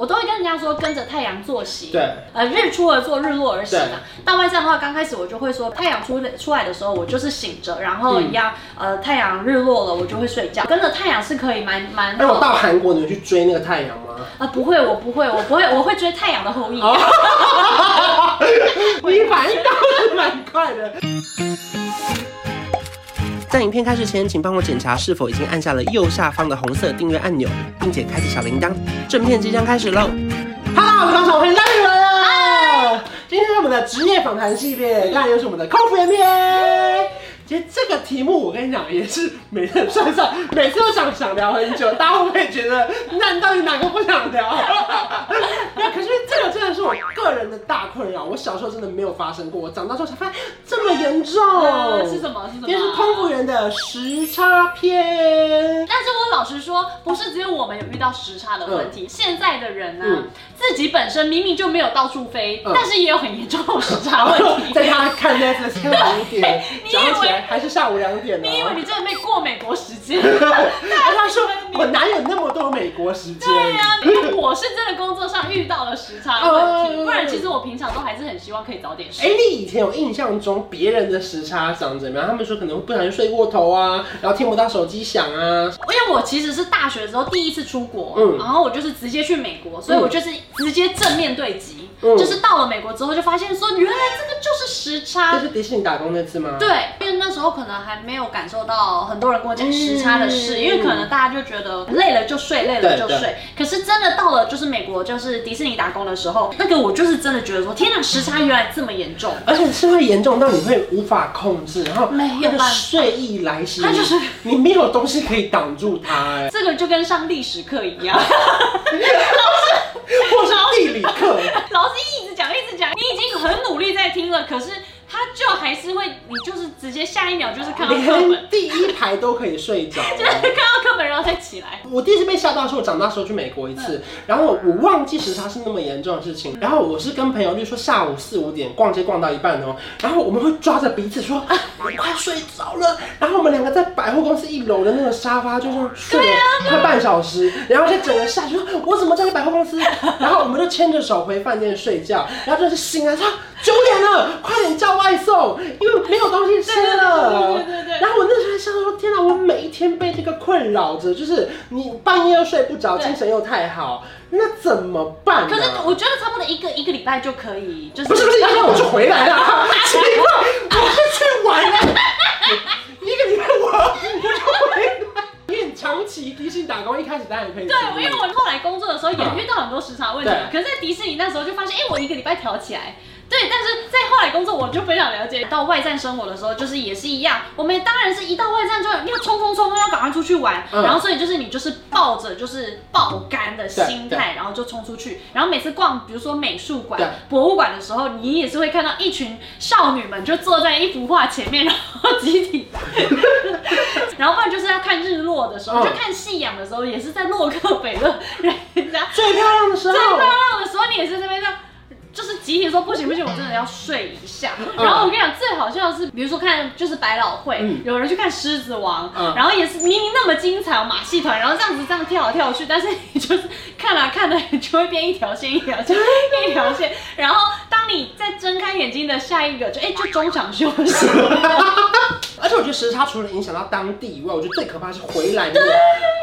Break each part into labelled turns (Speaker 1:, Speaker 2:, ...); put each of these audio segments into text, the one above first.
Speaker 1: 我都会跟人家说跟着太阳作息，
Speaker 2: 对，
Speaker 1: 呃，日出而作，日落而息
Speaker 2: 对
Speaker 1: 嘛。但外站的话，刚开始我就会说，太阳出的出来的时候，我就是醒着，然后一样，
Speaker 2: 嗯
Speaker 1: 呃，太阳日落了，我就会睡觉。跟着太阳是可以蛮 蛮
Speaker 2: 哎那我到韩国，你们去追那个太阳吗？
Speaker 1: 啊，不会，我不会，我不会，我会追太阳的 后裔。啊
Speaker 2: 哦你反应倒是蛮快的。在影片开始前，请帮我检查是否已经按下了右下方的红色订阅按钮，并且开启小铃铛。正片即将开始喽！Hello，我是高手，欢迎大家来了。今天是我们的职业访谈系列，当然又是我们的空服员篇。其实这个题目，我跟你讲，也是每次算算，每次都想想聊很久，大家会不会觉得，那你到底哪个不想 聊？那可是这个真的是我个人的大困扰，我小时候真的没有发生过，我长大之后才发现这么严重。
Speaker 1: 呃是什么？是什么？
Speaker 2: 今天啊哦是空服员的时差篇。
Speaker 1: 但是我老实说，不是只有我们有遇到时差的问题，现在的人呢、
Speaker 2: 嗯
Speaker 1: 自己本身明明就没有到处飞，
Speaker 2: 嗯哦
Speaker 1: 但是也有很严重的时差问 题。
Speaker 2: 在他看 Netflix 看到五点，
Speaker 1: 你以
Speaker 2: 早
Speaker 1: 为
Speaker 2: 上起来还是下午两点呢、
Speaker 1: 你以为你真的被过美国时 间？
Speaker 2: 他说我哪有那么多美国时间？
Speaker 1: 对啊呀、因为我是真的工作上遇到了时差的问
Speaker 2: 嗯
Speaker 1: 题，不然其实我平常都还是很希望可以早点
Speaker 2: 哎、
Speaker 1: 睡。
Speaker 2: 你以前有印象中别人的时差长怎么样？他们说可能会不小心睡过头啊，然后听不到手机响啊。
Speaker 1: 因为我其实是大学的时候第一次出国，
Speaker 2: 嗯
Speaker 1: 然后我就是直接去美国，所以我就是直接正面对击，
Speaker 2: 嗯
Speaker 1: 就是到了美国之后就发现说，原来这个就是时差
Speaker 2: 这。是迪士尼打工那次吗？
Speaker 1: 对，因为那时候可能还没有感受到很多人跟我讲时差的事，
Speaker 2: 嗯
Speaker 1: 因为可能大家就觉得呃累了就睡，累了就
Speaker 2: 对
Speaker 1: 睡。可是真的到了就是美国就是迪士尼打工的时候，那个我就是真的觉得说，天哪，时差原来这么严重。
Speaker 2: 而且是会严重到你会无法控制，然后
Speaker 1: 没有
Speaker 2: 那
Speaker 1: 办
Speaker 2: 个
Speaker 1: 法
Speaker 2: 睡意来袭，
Speaker 1: 它就是
Speaker 2: 你没有东西可以挡住它、 哎，
Speaker 1: 这个就跟上历史课一样，
Speaker 2: 或是地理课。
Speaker 1: 老师一直讲一直讲，你已经很努力在听了，可是他就还是会，你就是直接下一秒就是看到课本
Speaker 2: 连，第一排都可以睡 着。
Speaker 1: 就是看到课本然后再起来。
Speaker 2: 我第一次被吓到是我长大时候去美国一
Speaker 1: 嗯
Speaker 2: 次，然后我忘记时差是那么严重的事情，然后我是跟朋友，例如说下午四五点逛街逛到一半哦，然后我们会抓着彼此 说，啊，我快要睡着了，然后我们两个在百货公司一楼的那个沙发就这样睡了
Speaker 1: 啊
Speaker 2: 快半小时，然后就整个下去说，我怎么在百货公司？ 然后我们就牵着手回饭店睡觉，然后就是醒来说九点了，快点叫外送，因为没有东西吃了。
Speaker 1: 对对对对对对
Speaker 2: 然后啊我那时候还想说，天哪，我每一天被这个困扰着，就是你半夜又睡不着，
Speaker 1: 对
Speaker 2: 精神又太好，那怎么办、啊？
Speaker 1: 可是我觉得差不多一个一个礼拜就可以，就是
Speaker 2: 不是不是，一天我就回 来了，啊奇怪，我是去玩了，一个礼拜我我就回来。因为你长期低薪打工，一开始当然可以
Speaker 1: 对，
Speaker 2: 自
Speaker 1: 因
Speaker 2: 律
Speaker 1: 为我后来工作的时候也遇到很多时差问题嘛，可
Speaker 2: 对
Speaker 1: 是，在迪士尼那时候就发现，哎、我一个礼拜调起来。对，但是在后来工作，我就非常了解到外站生活的时候，就是也是一样，我们当然是一到外站就要冲冲冲冲，要赶快出去玩，
Speaker 2: 嗯
Speaker 1: 然后所以就是你就是抱着就是爆肝的心态，然后就冲出去，然后每次逛，比如说美术馆
Speaker 2: 对、
Speaker 1: 博物馆的时候，你也是会看到一群少女们就坐在一幅画前面，然后集 体然后不然就是要看日落的时候，
Speaker 2: 嗯
Speaker 1: 就看夕阳的时候，也是在洛克北的 人家
Speaker 2: 最漂亮的哦时候
Speaker 1: 最，漂亮的时候，你也是这边这样。就是集体说不行不行，我真的要睡一下。然后我跟你讲，最好笑的是，比如说看就是百老汇，
Speaker 2: 嗯
Speaker 1: 有人去看《狮子王》
Speaker 2: 嗯
Speaker 1: 然后也是明明那么精彩，有马戏团，然后这样子这样跳来跳去，但是你就是看了看了，你就会变一条线一条线一条线。然后当你在睁开眼睛的下一个，就哎、就中场休息。
Speaker 2: 而且我觉得时差除了影响到当地以外，我觉得最可怕是回来那
Speaker 1: 啊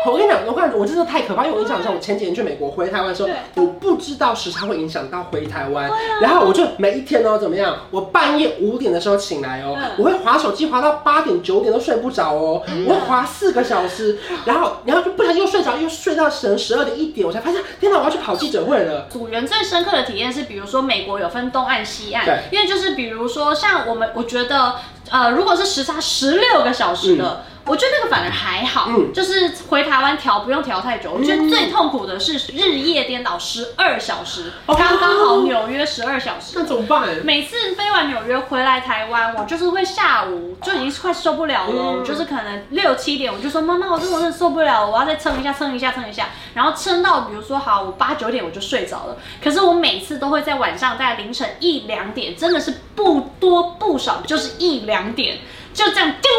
Speaker 2: 个。我跟你讲，我跟你讲，我真的太可怕，因为我印象中我前几年去美国回台湾的时候
Speaker 1: 对，啊
Speaker 2: 我不知道时差会影响到回台湾，然后我就每一天哦怎么样，我半夜五点的时候醒来哦
Speaker 1: 嗯，
Speaker 2: 我会划手机划到八点九点都睡不着哦，我会划四个小时，然后然后就不小心又睡着，又睡到十十二点一点，我才发现天哪，我要去跑记者会了。
Speaker 1: 组员最深刻的体验是，比如说美国有分东岸、西岸
Speaker 2: 对，
Speaker 1: 因为就是比如说像我们，我觉得呃，如果是时差十六个小时的。我觉得那个反而还好，
Speaker 2: 嗯
Speaker 1: 就是回台湾调不用调太久。我觉得最痛苦的是日夜颠倒十二小时，
Speaker 2: 哦
Speaker 1: 刚刚好纽约十二小时。
Speaker 2: 那怎么办？
Speaker 1: 每次飞完纽约回来台湾，我就是会下午就已经快受不了了，
Speaker 2: 嗯
Speaker 1: 我就是可能六七点，我就说妈妈，我真的真的受不了，我要再撑一下，撑一下，撑一下，然后撑到比如说好，我八九点我就睡着了。可是我每次都会在晚上大概凌晨一两点，真的是不多不少，就是一两点，就这样叮，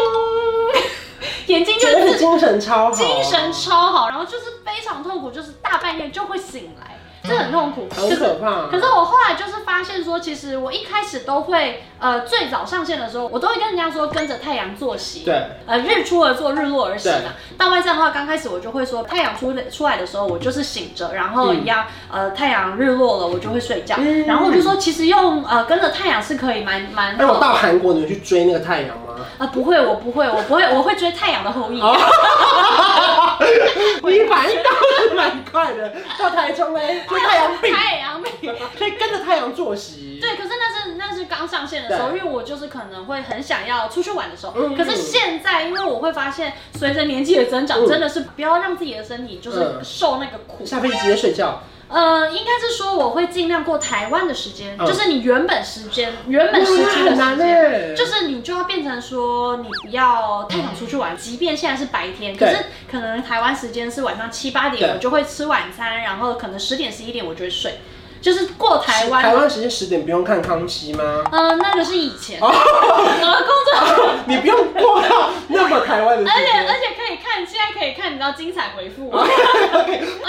Speaker 1: 眼睛就
Speaker 2: 觉得
Speaker 1: 是
Speaker 2: 精神超好，
Speaker 1: 精神超好，然后就是非常痛苦，就是大半夜就会醒来。这很痛苦。
Speaker 2: 嗯好可怕。
Speaker 1: 可是我后来就是发现说，其实我一开始都会，呃，最早上线的时候，我都会跟人家说跟着太阳作息，
Speaker 2: 对，
Speaker 1: 呃，日出而作，日落而息
Speaker 2: 对
Speaker 1: 嘛。大外站的话，刚开始我就会说，太阳出出来的时候，我就是醒着，然后一样，呃，太阳日落了，我就会睡觉。
Speaker 2: 嗯
Speaker 1: 然后我就说，其实用呃跟着太阳是可以蛮蛮
Speaker 2: 哎那我到韩国，你们去追那个太阳 吗？
Speaker 1: 啊，不会，我不会，我不会，我会追太阳的后裔。
Speaker 2: 哦你反应倒是蛮快的，到台中嘞，追太阳 病，
Speaker 1: 太阳没有。
Speaker 2: 可以跟着太阳作息。
Speaker 1: 对，可是那是那是刚上线的时候，因
Speaker 2: 对
Speaker 1: 为我就是可能会很想要出去玩的时候。
Speaker 2: 嗯
Speaker 1: 可是现在，因为我会发现，随着年纪的增长，
Speaker 2: 嗯
Speaker 1: 真的是不要让自己的身体就是
Speaker 2: 嗯
Speaker 1: 受那个苦。
Speaker 2: 下飞机直接睡觉，
Speaker 1: 呃，应该是说我会尽量过台湾的时间，
Speaker 2: 嗯
Speaker 1: 就是你原本时间原本时
Speaker 2: 哇
Speaker 1: 期的
Speaker 2: 很难
Speaker 1: 时间。
Speaker 2: 哎。
Speaker 1: 就是你就要变成说，你不要太想出去玩，即便现在是白天，可是可能台湾时间是晚上七八点，
Speaker 2: 对
Speaker 1: 我就会吃晚餐，然后可能十点十一点我就会睡，就是过台湾。
Speaker 2: 台湾时间十点不用看康熙吗？
Speaker 1: 呃，那个是以前，
Speaker 2: 哦
Speaker 1: 呃，工作，
Speaker 2: 你不用过到那么台湾的时
Speaker 1: 而且而
Speaker 2: 间。
Speaker 1: 且可以看，现在可以看，你知道精彩回 复。而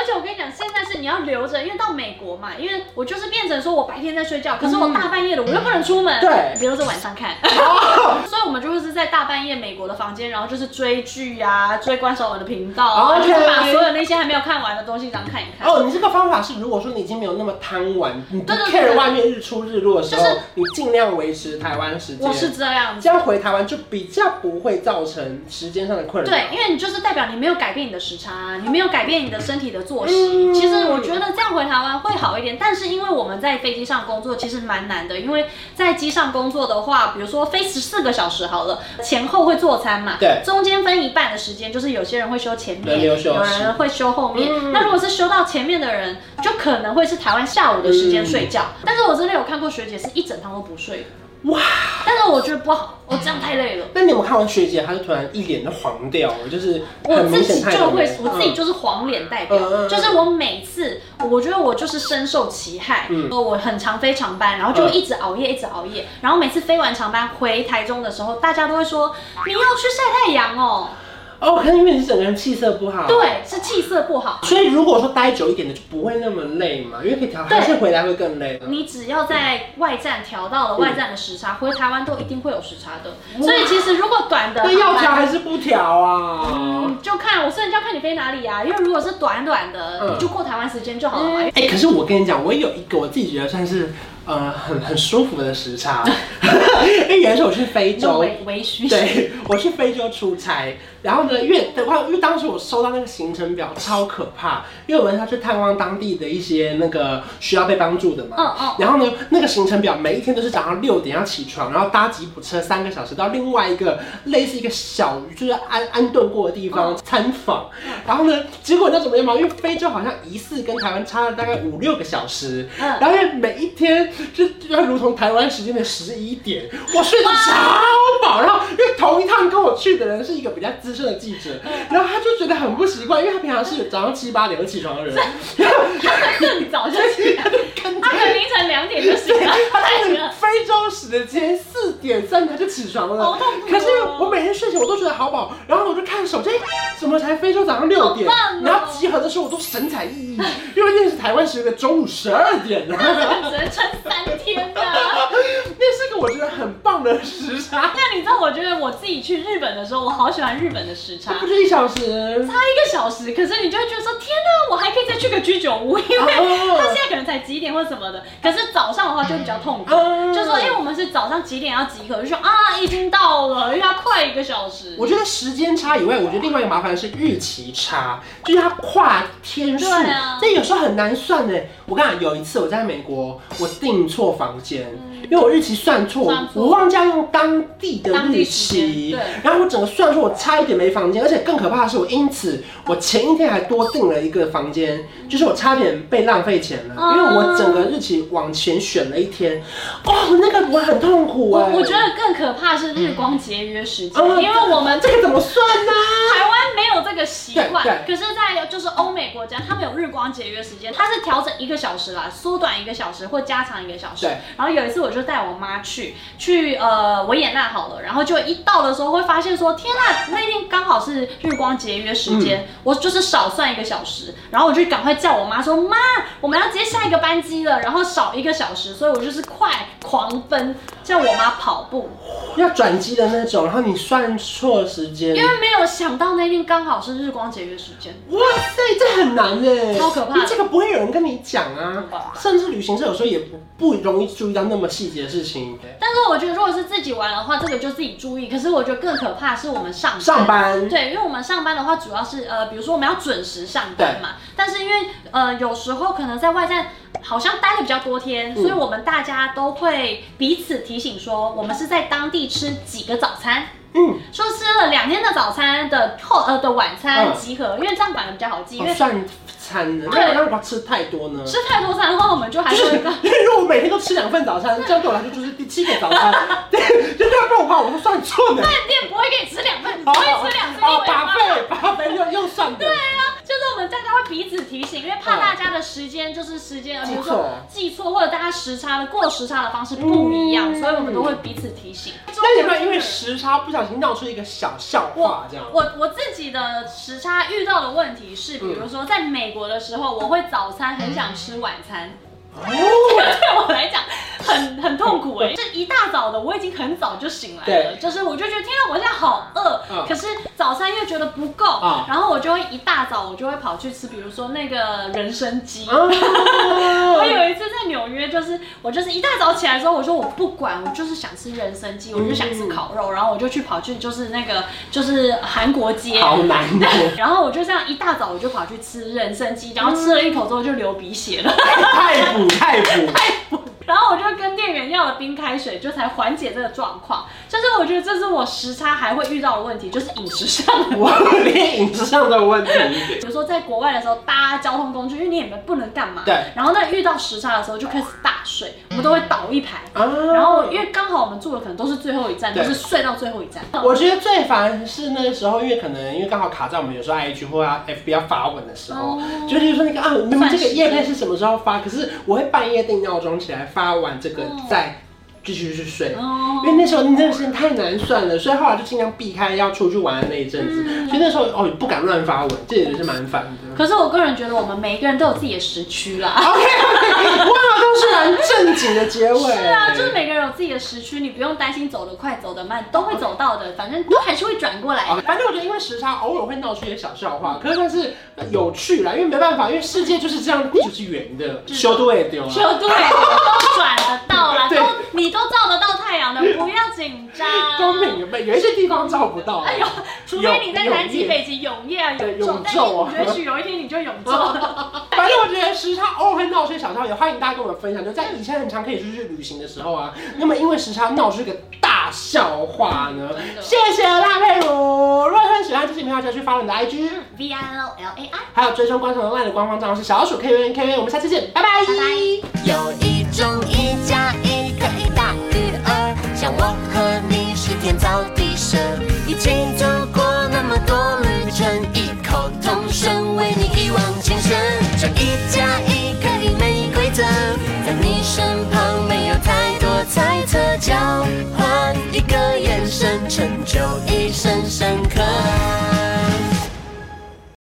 Speaker 1: 且我跟你讲，现在是你要留着，因为到美国嘛，因为我就是变成说我白天在睡觉，可是我大半夜的我又不能出门，
Speaker 2: 嗯对
Speaker 1: 留着晚上 看。 所以我们就会是在大半夜美国的房间，然后就是追剧啊，追关少文的频道啊
Speaker 2: OK
Speaker 1: 就是把所有那些还没有看完的东西然后看一看。
Speaker 2: 哦，你这个方法是，如果说你已经没有那么贪玩，你不
Speaker 1: 对对对
Speaker 2: care 外面日出日落的时
Speaker 1: 就
Speaker 2: 候
Speaker 1: 是，
Speaker 2: 你尽量维持台湾时间。
Speaker 1: 我是这样子。
Speaker 2: 这样回台湾就比较不会造成时间上的困扰。
Speaker 1: 对，因为你就是代表你没有改变你的时差啊，你没有改变你的身体的作息。
Speaker 2: 嗯
Speaker 1: 其实我觉得这样回台湾会好一点，但是因为我们在飞机上工作，其实蛮难的，因为在机上工作的话，比如说飞十四个小时好了，前后会坐餐嘛，
Speaker 2: 对
Speaker 1: 中间分一半的时间，就是有些人会休前面，
Speaker 2: 轮流休
Speaker 1: 有人会休后面。
Speaker 2: 嗯
Speaker 1: 那如果是休到前面的人，就可能会是台湾下午的时间睡觉。但是我真的有看过学姐是一整堂都不睡，
Speaker 2: 嗯哇，
Speaker 1: 但是我觉得不好，我、这样太累了。
Speaker 2: 那你有没有看完学姐，她就突然一脸就黄掉了，就是
Speaker 1: 我
Speaker 2: 很
Speaker 1: 自
Speaker 2: 明显
Speaker 1: 己
Speaker 2: 太嗯
Speaker 1: 就
Speaker 2: 容易
Speaker 1: 会，我自己就是黄脸代表，
Speaker 2: 嗯嗯嗯
Speaker 1: 就是我每次，我觉得我就是深受其害。
Speaker 2: 嗯
Speaker 1: 我很常飞长班，然后就
Speaker 2: 嗯
Speaker 1: 一直熬夜，一直熬夜，然后每次飞完长班回台中的时候，大家都会说你又去晒太阳哦，
Speaker 2: 哦，可能因为你整个人气色不好。。
Speaker 1: 对，是气色不好。
Speaker 2: 所以如果说待久一点的，就不会那么累嘛，因为可以调，还是回来会更累。
Speaker 1: 你只要在外站调到了外站的时差，回台湾都一定会有时差的。所以其实如果短的
Speaker 2: 那要调
Speaker 1: 航班
Speaker 2: 还是不调啊？
Speaker 1: 嗯，就看我甚至要看你飞哪里啊，因为如果是短短的，
Speaker 2: 嗯
Speaker 1: 你就过台湾时间就好了嘛。
Speaker 2: 哎、可是我跟你讲，我有一个我自己觉得算是呃很很舒服的 时差，因为有一次我去非
Speaker 1: 就
Speaker 2: 洲，
Speaker 1: 微微虚。
Speaker 2: 对， 我去非洲出差，然后呢，因为的话，因为当时我收到那个行程表超可怕，因为我们要去探望当地的一些那个需要被帮助的嘛。
Speaker 1: 嗯嗯
Speaker 2: 然后呢，那个行程表每一天都是早上六点要起床，然后搭吉普车三个小时到另外一个类似一个小就是安安顿过的地方参访。然后呢，结果你知道怎么样吗？因为非洲好像疑似跟台湾差了大概五六个小时，
Speaker 1: 嗯
Speaker 2: 然后因为每一天就就要如同台湾时间的十一点，我睡得超饱。然后因为同一趟跟我去的人是一个比较资深的记者，然后他就觉得很不习惯，因为他平常是早上七八点就起床的人，然后
Speaker 1: 更早就起来，他可能凌晨两点就醒了，
Speaker 2: 他
Speaker 1: 太
Speaker 2: 在
Speaker 1: 醒了。
Speaker 2: 非洲时的间四点三他就起床了，
Speaker 1: 好痛苦哦
Speaker 2: 可是我每天睡醒我都觉得好饱，然后我就看手机，哎怎么才非洲早上六点？
Speaker 1: 好棒哦
Speaker 2: 然后集合的时候我都神采奕奕，因为那是台湾时间的中午十二 点了。
Speaker 1: 那这个只能撑三天啊！
Speaker 2: 那是个我觉得很棒的时差，
Speaker 1: 那你知道，我觉得我自己去日本的时候，我好喜欢日本的时差，
Speaker 2: 不是一小时
Speaker 1: 差一个小时，可是你就会觉得说，天哪，我还可以再去个居酒屋，因为
Speaker 2: 哦
Speaker 1: 他现在可能才几点或什么的，可是早上的话就比较痛苦，
Speaker 2: 嗯
Speaker 1: 就说哎因为我们是早上几点要集合，就说啊已经到了，因为要快一个小时。
Speaker 2: 我觉得时间差以外，我觉得另外一个麻烦是日期差，就是它跨天数，
Speaker 1: 对啊
Speaker 2: 这有时候很难算呢。我跟你讲，有一次我在美国，我订错房间，因为我日期算错
Speaker 1: 嗯算，错
Speaker 2: 我忘记要用当地的日期
Speaker 1: 当地时间对，
Speaker 2: 然后我整个算错，我差一点没房间，而且更可怕的是，我因此我前一天还多订了一个房间，就是我差点被浪费钱了，
Speaker 1: 嗯
Speaker 2: 因为我整个日期往前选了一天，哦，那个我很痛苦
Speaker 1: 我
Speaker 2: 哎。
Speaker 1: 我觉得更可怕是日光节约时间，
Speaker 2: 嗯
Speaker 1: 因为我们
Speaker 2: 这个怎么算呢、
Speaker 1: 台湾没有这个习惯
Speaker 2: 对，
Speaker 1: 可是，在就是欧美国家，他们有日光节约时间，它是调整一个小时啦，缩短一个小时或加长一个小时
Speaker 2: 对。
Speaker 1: 然后有一次我就带我妈去去呃维也纳好了，然后就一到的时候会发现说，天呐，那天刚好是日光节约时
Speaker 2: 嗯
Speaker 1: 间，我就是少算一个小时，然后我就赶快叫我妈说，妈，我们要接下一个班机了，然后少一个小时，所以我就是快狂奔，叫我妈跑步，
Speaker 2: 要转机的那种，然后你算错时间，
Speaker 1: 因为没有想到那天刚好是日光节约时间。
Speaker 2: 哇塞，这很难耶，
Speaker 1: 超可怕的
Speaker 2: 因为这个不会有人跟你讲啊，甚至旅行社有时候也不不容易注意到那么细节的事情。
Speaker 1: 但是我觉得，如果是自己玩的话，这个就自己注意。可是我觉得更可怕是我们上班
Speaker 2: 上班
Speaker 1: 对，因为我们上班的话，主要是呃，比如说我们要准时上班嘛。但是因为呃，有时候可能在外站好像待了比较多天，所以我们大家都会彼此提醒说，我们是在当地吃几个早餐。
Speaker 2: 嗯，
Speaker 1: 说吃了两天的早餐的后呃的晚餐
Speaker 2: 嗯
Speaker 1: 集合，因为这样管的比较好记。因
Speaker 2: 好
Speaker 1: 为
Speaker 2: 哦算餐的，那
Speaker 1: 对
Speaker 2: 我要不要吃太多呢？
Speaker 1: 吃太多餐的话，我们就 还
Speaker 2: 就是
Speaker 1: 有一个。
Speaker 2: 因为如果我每天都吃两份早餐，这样对我来说就是第七个早 餐。对，就这样对我怕我都算错呢。
Speaker 1: 饭店不会给你吃两份，你不会吃两份，因
Speaker 2: 哦
Speaker 1: 为，
Speaker 2: 八倍八倍又又算的。
Speaker 1: 对啊，就是我们大家会彼此提醒，因为怕大家的时间就是时间，呃比如
Speaker 2: 记错
Speaker 1: 说记错或者大家时差的过时差的方式不一样，
Speaker 2: 嗯
Speaker 1: 所以我们都会彼此提醒。
Speaker 2: 那有没有因为时差不小心闹出一个小笑
Speaker 1: 我
Speaker 2: 话这样？
Speaker 1: 我我自己的时差遇到的问题是，比如说在美国的时候，我会早餐很想吃晚餐，
Speaker 2: 哦，
Speaker 1: 对我来讲很很痛苦哎、欸，是一大早的，我已经很早就醒来了，
Speaker 2: 对
Speaker 1: 就是我就觉得天啊，我现在好饿，
Speaker 2: 嗯
Speaker 1: 可是早餐又觉得不够，
Speaker 2: 嗯
Speaker 1: 然后我就会一大早我就会跑去吃，比如说那个人参鸡。
Speaker 2: 嗯
Speaker 1: 我
Speaker 2: 啊
Speaker 1: 有一次在纽约，就是我就是一大早起来之后，我说我不管，我就是想吃人参
Speaker 2: 嗯
Speaker 1: 鸡，我就想吃烤肉，然后我就去跑去就是那个就是韩国街，
Speaker 2: 好难 哦，
Speaker 1: 然后我就这样一大早我就跑去吃人参鸡，然后吃了一口之后就流鼻血了。
Speaker 2: 太补太补。
Speaker 1: 然后我就跟店员要了冰开水，就才缓解这个状况。就是我觉得这是我时差还会遇到的问题，就是饮食上 的。
Speaker 2: 我连饮食上都有 问题，
Speaker 1: 比如说在国外的时候搭交通工具，因为你也不能干嘛。
Speaker 2: 对
Speaker 1: 然后那遇到时差的时候就开始大睡，我们都会倒一排。
Speaker 2: 啊
Speaker 1: 然后因为刚好我们住的可能都是最后一站，就
Speaker 2: 对
Speaker 1: 是睡到最后一站。
Speaker 2: 我觉得最烦是那时候，因为可能因为刚好卡在我们有时候 IG 或 FB 要发文的时候
Speaker 1: 哦，
Speaker 2: 就例如说那个啊，明明这
Speaker 1: 算时
Speaker 2: 个
Speaker 1: 间
Speaker 2: 夜配是什么时候发，可是我会半夜定闹钟起来发完这个
Speaker 1: 哦
Speaker 2: 再继续去睡。
Speaker 1: 哦
Speaker 2: 因为那时候那段时间太难算了，所以后来就尽量避开要出去玩的那一阵子，
Speaker 1: 嗯
Speaker 2: 所以那时候哦不敢乱发文，这也是蛮烦的。
Speaker 1: 可是我个人觉得我们每一个人都有自己的时区啦。
Speaker 2: OK，哇，都是蛮正经的结尾。
Speaker 1: 是啊，就是每个人有自己的时区，你不用担心走得快走得慢，都会走到的，反正都还是会转过来的。
Speaker 2: 啊，反正我觉得因为时差偶尔会闹出一些小笑话，可是但是呃有趣啦，因为没办法，因为世界就是这样，地球是圆的，修都会丢啊。
Speaker 1: 就对了，都转得到啦，
Speaker 2: 对
Speaker 1: 都你都照得到太阳的，不要紧张。
Speaker 2: 公平有没有一些地方照不到啊？
Speaker 1: 哎呦，除非你在南极、
Speaker 2: 有
Speaker 1: 北极永夜啊，
Speaker 2: 对
Speaker 1: 永昼
Speaker 2: 永，
Speaker 1: 但
Speaker 2: 昼啊
Speaker 1: 是也许有一天你就永 昼了。
Speaker 2: 反正我觉得时差偶尔会闹出一些小笑话，也欢迎大家跟我们分享。就在以前很常可以出去旅行的时候啊，
Speaker 1: 嗯
Speaker 2: 那么因为时差闹出一个大笑话呢
Speaker 1: 真。的
Speaker 2: 谢谢辣佩如，如果说你喜欢这期影片，记得去发我们的 IG，
Speaker 1: V I L L A I。
Speaker 2: 还有追踪观众的 LINE 的官方账号是小老鼠 K U N K U，我们下期见，拜拜。
Speaker 1: 拜拜
Speaker 3: 有一种一加一可以大于二，像我和你是天造地